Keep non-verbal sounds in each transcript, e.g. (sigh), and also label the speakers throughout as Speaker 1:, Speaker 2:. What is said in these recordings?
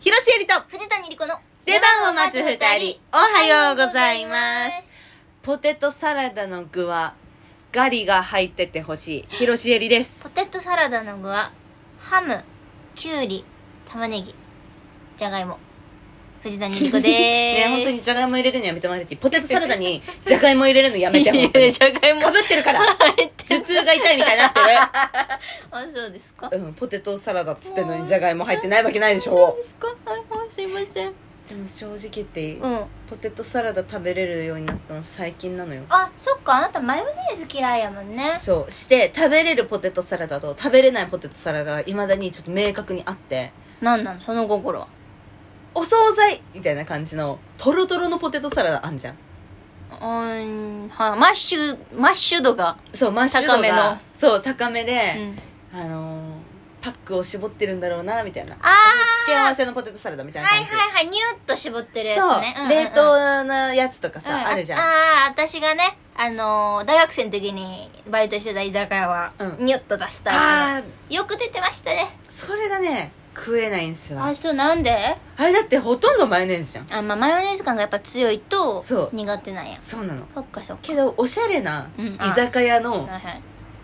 Speaker 1: 広瀬えりと
Speaker 2: 藤谷莉子の
Speaker 1: 出番を待つ二人おはようございますポテトサラダの具はガリが入っててほしい広瀬えりです
Speaker 2: ポテトサラダの具はハムきゅうり玉ねぎじゃがいも藤谷莉子でーす
Speaker 1: ね本当に (laughs) じゃがいも入れるのやめてもらっていいポテトサラダにじゃがいも入れるのやめてもらっていい
Speaker 2: じゃがいも
Speaker 1: かぶってるから頭痛が痛いみたいになって
Speaker 2: あそうですか (laughs)
Speaker 1: る、うん、ポテトサラダっつってんのにじゃがいも入ってないわけないでしょ
Speaker 2: ですかはいはいすいません
Speaker 1: でも正直言っていい、
Speaker 2: うん
Speaker 1: ポテトサラダ食べれるようになったの最近なのよ
Speaker 2: あそっかあなたマヨネーズ嫌いやもんね
Speaker 1: そうして食べれるポテトサラダと食べれないポテトサラダがいまだにちょっと明確にあって
Speaker 2: なんなのその心は
Speaker 1: お惣菜みたいな感じのトロトロのポテトサラダあんじゃん
Speaker 2: うーんはいマッシュマッシュ度が
Speaker 1: そうマッシュ度が
Speaker 2: 高めの
Speaker 1: そう高め
Speaker 2: う
Speaker 1: で、
Speaker 2: ん
Speaker 1: あのーパックを絞ってるんだろうなみたいな
Speaker 2: ああ
Speaker 1: 付け合わせのポテトサラダみたいな
Speaker 2: はい
Speaker 1: 感じ、
Speaker 2: はいはいニューッと絞ってるやつ
Speaker 1: そう、
Speaker 2: ねんんん
Speaker 1: 冷凍なやつとかさ、
Speaker 2: うん
Speaker 1: あるじゃん
Speaker 2: ああー私がねあのー大学生の時にバイトしてた居酒屋は、
Speaker 1: うん
Speaker 2: ニュッと出した
Speaker 1: ああ
Speaker 2: よく出てましたね
Speaker 1: それがね食えないんすわ
Speaker 2: あそうなんで
Speaker 1: あれだってほとんどマヨネーズじゃん
Speaker 2: あ、まあ、マヨネーズ感がやっぱ強いと
Speaker 1: そう
Speaker 2: 苦手なんや
Speaker 1: そうなの
Speaker 2: そっかそっか
Speaker 1: けどおしゃれな
Speaker 2: うん
Speaker 1: 居酒屋の
Speaker 2: はいはい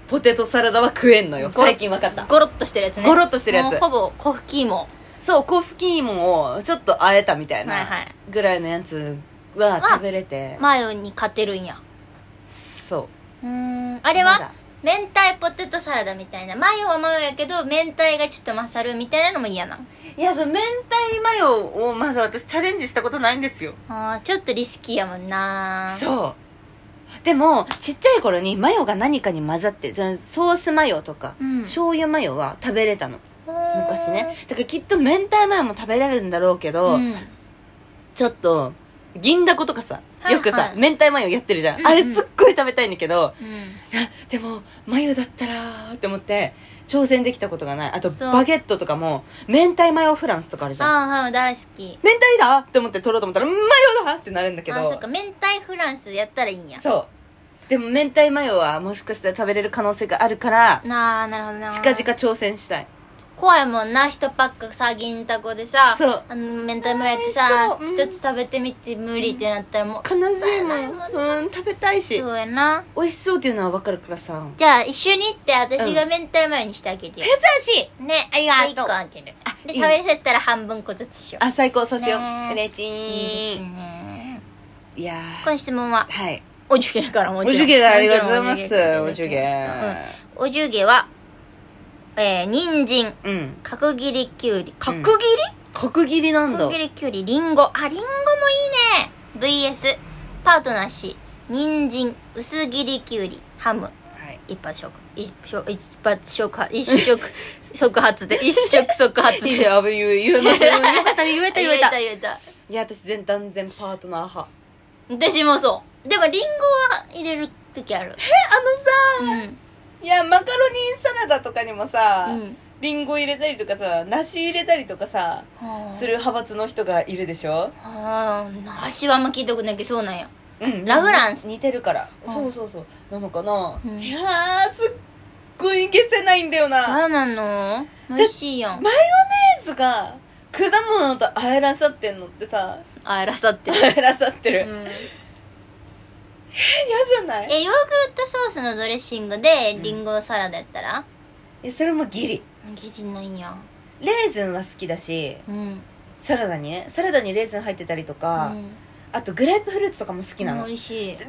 Speaker 1: ポテトサラダは食えんのよ
Speaker 2: ゴロ
Speaker 1: 最近分かった
Speaker 2: ゴロッとしてるやつね
Speaker 1: ゴロッとしてるやつ
Speaker 2: もうほぼコフキーも
Speaker 1: そうコフキーモをちょっとあえたみたい
Speaker 2: はい
Speaker 1: な
Speaker 2: はい
Speaker 1: ぐらいのやつは食べれて、
Speaker 2: マヨに勝てるんや
Speaker 1: そう
Speaker 2: うーんあ
Speaker 1: あ
Speaker 2: れは明太ポテトサラダみたいなマヨはマヨやけど明太がちょっと勝るみたいなのも嫌なん
Speaker 1: いやその明太マヨをまだ私チャレンジしたことないんですよ
Speaker 2: あーちょっとリスキーやもんな
Speaker 1: そうでもちっちゃい頃にマヨが何かに混ざってるソースマヨとか、
Speaker 2: うん
Speaker 1: 醤油マヨは食べれたの
Speaker 2: うーん
Speaker 1: 昔ねだからきっと明太マヨも食べられるんだろうけど、
Speaker 2: うん
Speaker 1: ちょっと銀だことかさ
Speaker 2: はい
Speaker 1: よくさ、
Speaker 2: はい
Speaker 1: 明太マヨやってるじゃん、
Speaker 2: うんうん
Speaker 1: あれすっごい食べたいんだけど
Speaker 2: うん
Speaker 1: いや (laughs) でもマヨだったらーって思って挑戦できたことがないあと
Speaker 2: そう
Speaker 1: バゲットとかも明太マヨフランスとかあるじゃん
Speaker 2: ああはい大好き
Speaker 1: 明太だって思って取ろうと思ったらマヨだってなるんだけ
Speaker 2: あ
Speaker 1: ど
Speaker 2: そっか明太フランスやったらいいんや
Speaker 1: そうでも明太マヨはもしかしたら食べれる可能性があるから
Speaker 2: なあなるほどな
Speaker 1: 近々挑戦したい
Speaker 2: 怖いもんな一パックさ銀タコでさ
Speaker 1: そう
Speaker 2: あの明太もやって
Speaker 1: あ
Speaker 2: さ
Speaker 1: ーそううん
Speaker 2: 一つ食べてみて無理ってなったらもう
Speaker 1: 悲しいも
Speaker 2: もったい
Speaker 1: んうん食べたいし
Speaker 2: そうやな
Speaker 1: 美味しそうっていうのは分かるからさ
Speaker 2: じゃあ一緒に行って私が明太マヨにしてあげるよ
Speaker 1: 優、しい
Speaker 2: ね
Speaker 1: ありがとう
Speaker 2: 一個あげるで
Speaker 1: いい
Speaker 2: 食べるせったら半分個ずつしよう
Speaker 1: あ最高そうしよ
Speaker 2: ね
Speaker 1: う
Speaker 2: え
Speaker 1: レチーン
Speaker 2: いいですね
Speaker 1: いや
Speaker 2: この質問は
Speaker 1: ーはい
Speaker 2: おじゅげからも
Speaker 1: お
Speaker 2: ちろん
Speaker 1: じゅげからありがとうございますおじゅげ
Speaker 2: うんおじゅげはえー人参
Speaker 1: うん
Speaker 2: 角切りきゅうり角切り、
Speaker 1: 角切りなんだ
Speaker 2: 角切りきゅうりりんごありんごもいいね VS パートナー C 人参薄切りきゅうりハム
Speaker 1: はい
Speaker 2: 一発食一食一発食一
Speaker 1: (laughs)
Speaker 2: 食即発で一食即発
Speaker 1: いい
Speaker 2: で
Speaker 1: よ危言う言うのよかったね言えた言えたい
Speaker 2: 言えた
Speaker 1: や私全断然パートナー派
Speaker 2: 私もそうでもりんごは入れる時ある
Speaker 1: あのさ (laughs)
Speaker 2: うん
Speaker 1: いやマカロニサラダとかにもさ
Speaker 2: うん
Speaker 1: リンゴ入れたりとかさ梨入れたりとかさする派閥の人がいるでしょ
Speaker 2: あー梨はあんま聞いたことないけどそうなんや
Speaker 1: うん
Speaker 2: ラフランス
Speaker 1: 似てるから
Speaker 2: うん
Speaker 1: そうそうそうなのかな
Speaker 2: うん
Speaker 1: いやーすっごい消せないんだよな
Speaker 2: あなの美味しいやん
Speaker 1: マヨネーズが果物とあえらさってんのってさ
Speaker 2: あらさって、
Speaker 1: あえらさってる、
Speaker 2: う
Speaker 1: (laughs) 嫌
Speaker 2: ん
Speaker 1: じゃない
Speaker 2: えヨーグルトソースのドレッシングでリンゴサラダやったら、
Speaker 1: えそれもギリ
Speaker 2: 生地のいいやん
Speaker 1: レーズンは好きだし
Speaker 2: うん
Speaker 1: サラダにねサラダにレーズン入ってたりとか、
Speaker 2: うん
Speaker 1: あとグレープフルーツとかも好きなの、
Speaker 2: 美味しい
Speaker 1: リンゴ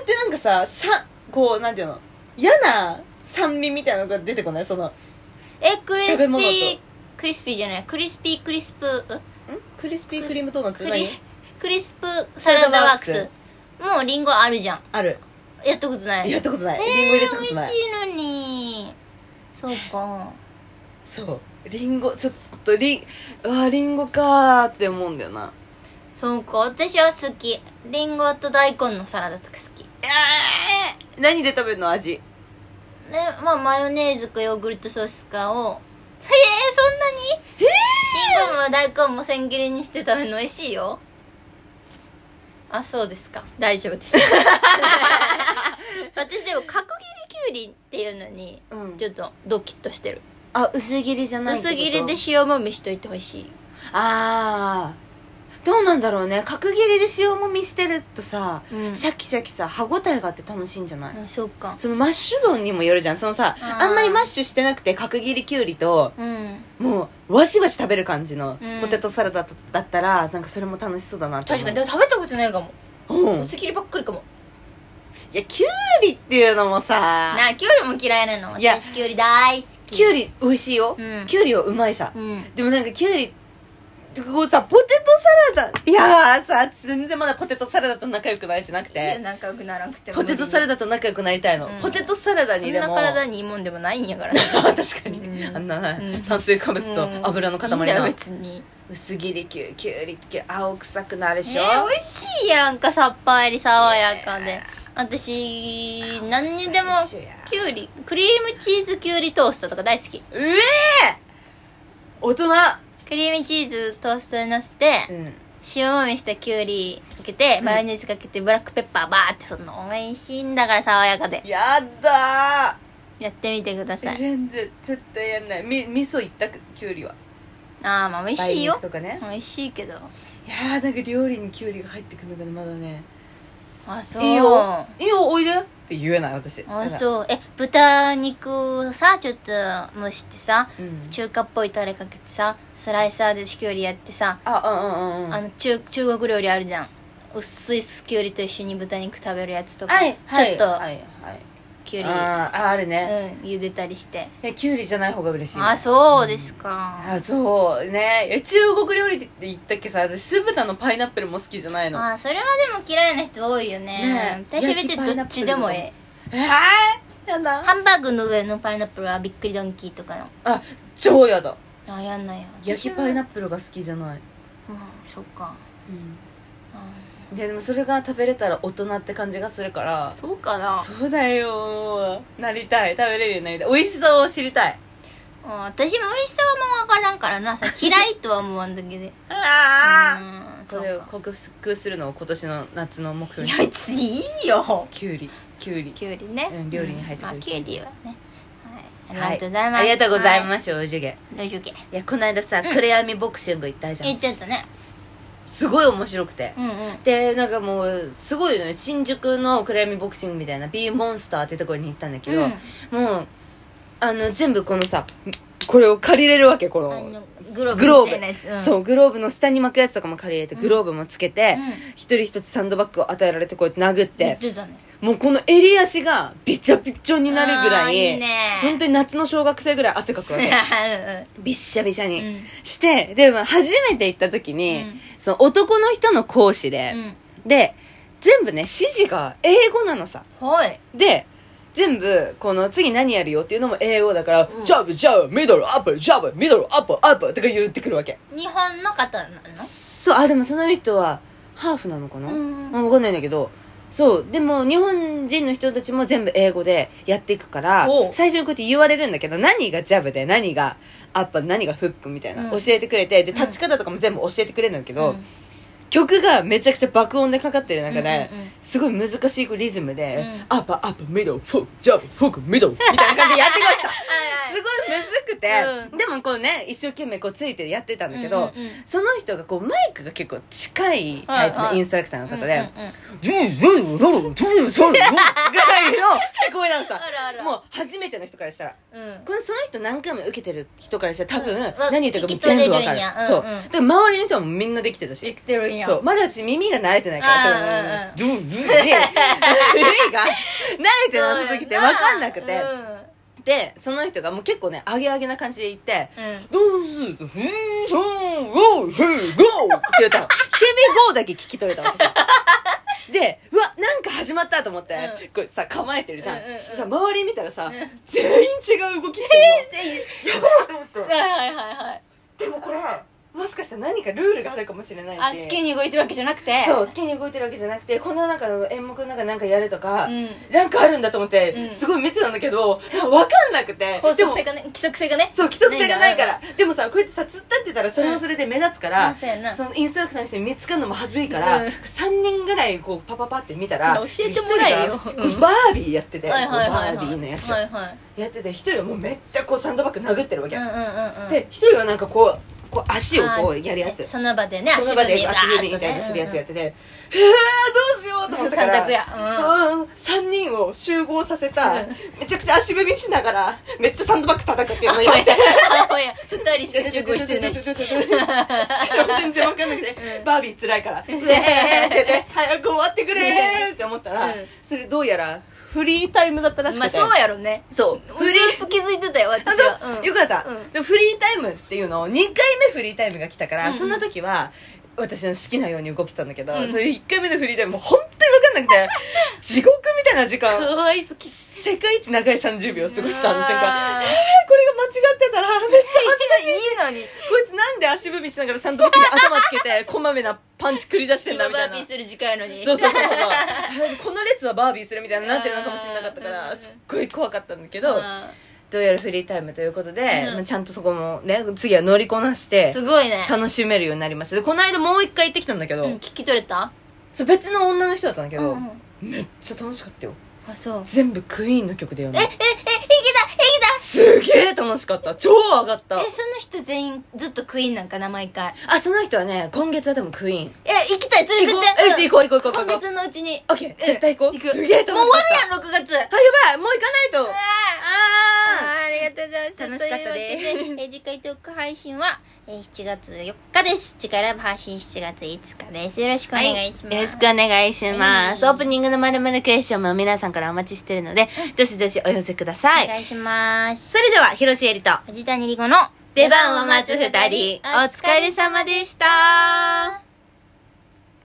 Speaker 1: ってなんかささこうなんていうの嫌な酸味みたいなのが出てこないそのん
Speaker 2: えクリス
Speaker 1: 食べ
Speaker 2: ピ
Speaker 1: 物と
Speaker 2: ークリスピーじゃないクリスピークリスプん
Speaker 1: クリスピークリームドーナツ
Speaker 2: クリ
Speaker 1: 何
Speaker 2: クリスプサラダワーク
Speaker 1: サラ
Speaker 2: スもうリンゴあるじゃん
Speaker 1: ある
Speaker 2: やったことない
Speaker 1: やったことない、
Speaker 2: えー
Speaker 1: リンゴ入れたこ
Speaker 2: 美
Speaker 1: と
Speaker 2: 味
Speaker 1: ない
Speaker 2: しいのにそうか
Speaker 1: そうリンゴちょっとリンうわリンゴかーって思うんだよな
Speaker 2: そうか私は好きリンゴと大根のサラダとか好きで
Speaker 1: えー、何で食べるの味
Speaker 2: まあマヨネーズかヨーグルトソースかを (laughs) えー、そんなにリンゴも大根も千切りにして食べるの美味しいよあそうですか大丈夫です (laughs) 私でも角切りきゅうりっていうのに
Speaker 1: うん
Speaker 2: ちょっとドキッとしてる
Speaker 1: あ薄切りじゃないって
Speaker 2: 薄
Speaker 1: こと
Speaker 2: 切りで塩もみしといてほしい
Speaker 1: あーどうなんだろうね角切りで塩もみしてるとさ、
Speaker 2: うん
Speaker 1: シャキシャキさ歯ごたえがあって楽しいんじゃない、
Speaker 2: あそっか
Speaker 1: そのマッシュ丼にもよるじゃんそのさ
Speaker 2: あー
Speaker 1: あんまりマッシュしてなくて角切りきゅうりと
Speaker 2: うん
Speaker 1: もうわしわし食べる感じの
Speaker 2: うん
Speaker 1: ポテトサラダだったらなんかそれも楽しそうだなって思
Speaker 2: 確
Speaker 1: う
Speaker 2: かにでも食べたことないかも
Speaker 1: うん、い
Speaker 2: 薄切りばっかりかも
Speaker 1: やきゅうりっていうのもさ
Speaker 2: なあきゅうりも嫌いなの
Speaker 1: いや
Speaker 2: 私きゅうり大好き
Speaker 1: きゅうり美味しいよ、
Speaker 2: うん
Speaker 1: きゅうりはうまいさ、
Speaker 2: うん
Speaker 1: でもなんかきゅうりこうさポテトサラダいやーさ全然まだポテトサラダと仲良くなれてなく
Speaker 2: いや
Speaker 1: て
Speaker 2: 仲良くならなくても
Speaker 1: ポテトサラ
Speaker 2: ダ
Speaker 1: ダと仲良くなりたいの、
Speaker 2: うん
Speaker 1: ポテトサラダ
Speaker 2: そ
Speaker 1: に
Speaker 2: ん
Speaker 1: でも
Speaker 2: な体にいいもんでもないんやから
Speaker 1: (laughs) 確かに、
Speaker 2: うん
Speaker 1: あんな、
Speaker 2: うん
Speaker 1: 炭水化物と油の塊
Speaker 2: いいんだよ
Speaker 1: な
Speaker 2: 別に
Speaker 1: 薄切りきゅうきゅうりって青臭くなるで
Speaker 2: え
Speaker 1: しょ、
Speaker 2: ー、美味しいやんかさっぱり爽やかで私何にでも
Speaker 1: 最初や
Speaker 2: きゅうりクリームチーズきゅうりトーストとか大好き
Speaker 1: うえ大人
Speaker 2: クリームチーズトーストにのせて
Speaker 1: うん
Speaker 2: 塩もみしたきゅうりかけてマヨネーズかけてブラックペッパーバーってその美味しいんだから爽やかで
Speaker 1: やだ
Speaker 2: やってみてくださ
Speaker 1: ー
Speaker 2: い
Speaker 1: 全然絶対やんないみ味噌一択きゅうりは
Speaker 2: ああまあ美味しい
Speaker 1: 梅
Speaker 2: よ
Speaker 1: 肉とかね
Speaker 2: 美味しいけ
Speaker 1: い
Speaker 2: ど
Speaker 1: やーなんか料理にきゅうりが入ってくるのがねまだね
Speaker 2: あそう
Speaker 1: いいよいいよおいでって言えない私
Speaker 2: あ
Speaker 1: う、
Speaker 2: そうえ豚肉をさちょっと蒸してさ
Speaker 1: うん、
Speaker 2: 中華っぽいタレかけてさスライサーできゅうりやってさ
Speaker 1: あうんうんうんうん
Speaker 2: あの中中国料理あるじゃん薄いきゅうりと一緒に豚肉食べるやつとか、
Speaker 1: はいはい
Speaker 2: ちょっと
Speaker 1: はいはい
Speaker 2: きゅうり、
Speaker 1: あーああるね、
Speaker 2: うん茹でたりして
Speaker 1: いやきゅうりじゃない方が嬉しい
Speaker 2: あそうですか、
Speaker 1: あそうねえ中国料理って言ったっけさ私酢豚のパイナップルも好きじゃないの
Speaker 2: あそれはでも嫌いな人多いよね
Speaker 1: ねえ
Speaker 2: 私別にどっちでもえ
Speaker 1: えー、や
Speaker 2: え
Speaker 1: だ
Speaker 2: ハンバーグの上のパイナップルはびっくりドンキーとかの
Speaker 1: あ超やだ
Speaker 2: あやんないよ
Speaker 1: 焼きパイナ
Speaker 2: ッ
Speaker 1: ップルが好きじゃない、
Speaker 2: プルうんそっかう
Speaker 1: いやでもそれが食べれたら大人って感じがするか
Speaker 2: ん
Speaker 1: ら
Speaker 2: そうかな
Speaker 1: そうだよなりたい食べれるようになりたい美味しさを知りたい
Speaker 2: うん私も美味しさはもう分からんからなさ嫌いとは思わんだけで
Speaker 1: (laughs) ああ
Speaker 2: うん
Speaker 1: そ
Speaker 2: そう
Speaker 1: れを
Speaker 2: か
Speaker 1: 克服するのを今年の夏の目標に
Speaker 2: いや別にいいよ
Speaker 1: きゅうりきゅうり
Speaker 2: きゅうりね、
Speaker 1: うん料理に入ってくる
Speaker 2: うんまあきゅうりはねはい
Speaker 1: は
Speaker 2: ありがとうございます、
Speaker 1: ありがとうござい
Speaker 2: は
Speaker 1: ます、おじげ
Speaker 2: い、大丈夫け
Speaker 1: いやこの間さ
Speaker 2: うん
Speaker 1: 暗闇ボクシング行ったじゃん、
Speaker 2: 言っちゃったね
Speaker 1: すごい面白くて、
Speaker 2: うんうん
Speaker 1: でなんかもうすごいのよ新宿の暗闇ボクシングみたいな B モンスターってところに行ったんだけど、
Speaker 2: うん
Speaker 1: もうあの全部このさこれを借りれるわけこ
Speaker 2: あ
Speaker 1: の
Speaker 2: のグローブ
Speaker 1: グロ
Speaker 2: みたいなや
Speaker 1: ー
Speaker 2: つ、
Speaker 1: ブ、そうグローブの下に巻くやつとかも借りれてグローブもつけて、
Speaker 2: うん
Speaker 1: 一人一つサンドバッグを与えられてこうやって殴っ
Speaker 2: 言
Speaker 1: て
Speaker 2: っ、て
Speaker 1: (laughs)
Speaker 2: たね
Speaker 1: もうこの襟足がびちゃびちゃになるぐら
Speaker 2: あー
Speaker 1: い
Speaker 2: いいね
Speaker 1: 本当に夏の小学生ぐらい汗かくわけびっしゃびしゃに、
Speaker 2: うん
Speaker 1: してでも初めて行った時に、
Speaker 2: うん
Speaker 1: その男の人の講師で、
Speaker 2: うんうん
Speaker 1: で全部ね指示が英語なのさ
Speaker 2: はい
Speaker 1: で全部この次何やるよっていうのも英語だから、
Speaker 2: うん
Speaker 1: ジャブジャブミドルアップジャブミドルアップアップとか言ってくるわけ
Speaker 2: 日本の方なの
Speaker 1: そうあでもその人はハーフなのかな、
Speaker 2: うん
Speaker 1: もう分かんないんだけどそうでも日本人の人たちも全部英語でやっていくから
Speaker 2: おう
Speaker 1: 最初にこうやって言われるんだけど何がジャブで何がアップ何がフックみたいな、
Speaker 2: うん
Speaker 1: 教えてくれてで
Speaker 2: うん
Speaker 1: 立ち方とかも全部教えてくれるんだけど、
Speaker 2: うん
Speaker 1: 曲がめちゃくちゃ爆音でかかってる中で、
Speaker 2: うんうんうん
Speaker 1: すごい難しいこうリズムで、
Speaker 2: う
Speaker 1: アップアップミドルフックジャブフックミドルみたいな感じでやってきましたすごいむずくて、
Speaker 2: う
Speaker 1: でもこうね一生懸命こうついてやってたんだけど、
Speaker 2: うんうんうん
Speaker 1: その人がこうマイクが結構近いタイプのインストラクターの方で、
Speaker 2: うんうんうん
Speaker 1: ジュンジュンジュンジュンジュンぐらいの聞こえなのさ
Speaker 2: あるある
Speaker 1: もう初めての人からしたら
Speaker 2: うん
Speaker 1: これその人何回も受けてる人からしたら多分
Speaker 2: うんわ
Speaker 1: 何言ってるかも全部わか
Speaker 2: 聞
Speaker 1: る
Speaker 2: き取れるんやうんうん
Speaker 1: そうだから周りの人はもうみんなできてた
Speaker 2: で
Speaker 1: し
Speaker 2: きてるんや
Speaker 1: そうまだ私耳が慣れてないから
Speaker 2: あ
Speaker 1: そのジュンジュンで耳が慣れてなさすぎてわかんなくて
Speaker 2: うん
Speaker 1: でその人がもう結構ねアゲアゲな感じで言 (laughs) って
Speaker 2: うん
Speaker 1: どうするフーションゴーヘーゴーって言ったの。ヘビゴーだけ聞き取れたわけさ。で、うわ、なんか始まったと思って、
Speaker 2: うん
Speaker 1: こうさ、構えてるじゃん。
Speaker 2: うんうんうん
Speaker 1: してさ、周り見たらさ、全員違う動きしてるの。やばいと思って
Speaker 2: はいはいはいはい
Speaker 1: たでもこれ、もしかしたら何かルールがあるかもしれないし。
Speaker 2: あ好きに動いてるわけじゃなくて
Speaker 1: そう、好きに動いてるわけじゃなくて、こんななんか演目の中なんかやるとか、
Speaker 2: うん
Speaker 1: なんかあるんだと思って、
Speaker 2: うん
Speaker 1: すごい見てたんだけど、わかんなくて。
Speaker 2: 法則
Speaker 1: でも
Speaker 2: 性がね規則性がね
Speaker 1: そう規則性がないからでもさこうやってさ突っ立ってたらそれもそれで目立つから、
Speaker 2: うんあそうやな
Speaker 1: そのインストラクターの人に見つかるのも恥ずいから、
Speaker 2: うん
Speaker 1: 3人ぐらいこうパパパって見たら
Speaker 2: 教えてもらえよ
Speaker 1: 一人
Speaker 2: うん
Speaker 1: がバービーやってて、
Speaker 2: はいはいはいはい
Speaker 1: バービーのやつ、
Speaker 2: はいはい
Speaker 1: やってて一人はもうめっちゃこうサンドバッグ殴ってるわけ、
Speaker 2: うんうんうんうん
Speaker 1: で一人はなんかこうこう足をこうやるや
Speaker 2: あ
Speaker 1: つ
Speaker 2: その場でね
Speaker 1: その場で足踏みみ
Speaker 2: ガーッとね
Speaker 1: たいにするやつ (laughs) やってて、うわーどうしようと思ったか
Speaker 2: 三
Speaker 1: ら
Speaker 2: 択やうん
Speaker 1: そう3人を集合させた、
Speaker 2: うん
Speaker 1: めちゃくちゃ足踏みしながらめっちゃサンドバッグ叩くっていうのをやって
Speaker 2: あほや二人しか集合してないし
Speaker 1: 全然わかんなくて、バービー辛いから「ねえ」って言って「早く終わってくれ」って思ったら、
Speaker 2: うん
Speaker 1: それどうやらフリータイムだったらしくて、
Speaker 2: まあそうやろね
Speaker 1: そう
Speaker 2: フリー気づいてたよ
Speaker 1: あ
Speaker 2: 私
Speaker 1: そう
Speaker 2: は、うん
Speaker 1: よかった、
Speaker 2: うん
Speaker 1: でもフリータイムっていうのを2回目フリータイムが来たから、
Speaker 2: うん
Speaker 1: そんな時は私の好きなように動けたんだけど、
Speaker 2: うん
Speaker 1: それ1回目のフリータイムもう本当に分かんなくて地獄みたいな時
Speaker 2: か
Speaker 1: 間
Speaker 2: わいそうきつ
Speaker 1: 世界一長い30秒を過ごしたあの瞬間
Speaker 2: う
Speaker 1: え
Speaker 2: わー
Speaker 1: ー、これが間違ってたらめっちゃ
Speaker 2: いいのに
Speaker 1: こいつなんで足踏みしながらサンドバッグに頭つけてこまめなパンチ繰り出してんだ
Speaker 2: 今
Speaker 1: みたい
Speaker 2: バー (laughs)
Speaker 1: な
Speaker 2: ビーする時間やのに (laughs)
Speaker 1: そうそうそうそうこの列はバービーするみたいになってるのかもしれなかったか
Speaker 2: うんうんう
Speaker 1: ら
Speaker 2: ん
Speaker 1: すっごい怖かったんだけ
Speaker 2: う (laughs)
Speaker 1: ど、
Speaker 2: ん
Speaker 1: どうやらフリータイムということで、
Speaker 2: うん
Speaker 1: まあ、ちゃんとそこもね次は乗りこなして
Speaker 2: すごいね、
Speaker 1: 楽しめるようになりましたでこの間もう一回行ってきたんだけ
Speaker 2: う
Speaker 1: ど、
Speaker 2: ん、聞き取れた
Speaker 1: そう別の女の人だったんだけ
Speaker 2: うん
Speaker 1: ど、
Speaker 2: うん
Speaker 1: めっちゃ楽しかったよ
Speaker 2: あそう
Speaker 1: 全部クイーンの曲だよ
Speaker 2: えええい
Speaker 1: ね
Speaker 2: けたいけ
Speaker 1: すげえ楽しかった超上がった
Speaker 2: たえその人全員ずっとクイーンなんかな毎回
Speaker 1: あその人はね今月はでもクイーン
Speaker 2: え行きたい連れて
Speaker 1: 行
Speaker 2: っ
Speaker 1: こ
Speaker 2: て
Speaker 1: うよし行こう行こう行こう
Speaker 2: 今
Speaker 1: 行こう
Speaker 2: 月のうちに
Speaker 1: オッケー絶対行こう
Speaker 2: く
Speaker 1: すげえ楽しかった
Speaker 2: もう終わるやん6月うわ
Speaker 1: あやばいもう行かないと
Speaker 2: ー
Speaker 1: あ
Speaker 2: あーありがとうございます
Speaker 1: 楽しかったです
Speaker 2: というわけえー次回トーク配信は、えー7月4日です次回ライブ配信7月5日ですよろしくお
Speaker 1: は
Speaker 2: 願いします、
Speaker 1: よろしくお願いします、
Speaker 2: はい
Speaker 1: オープニングのまるまるクエスチョンも皆さんからお待ちしてるのでどしどしお寄せくださ
Speaker 2: お
Speaker 1: い
Speaker 2: 願いします
Speaker 1: それでは広瀬えりと
Speaker 2: 藤谷莉子の
Speaker 1: 出番を待つ二人お疲れ様でした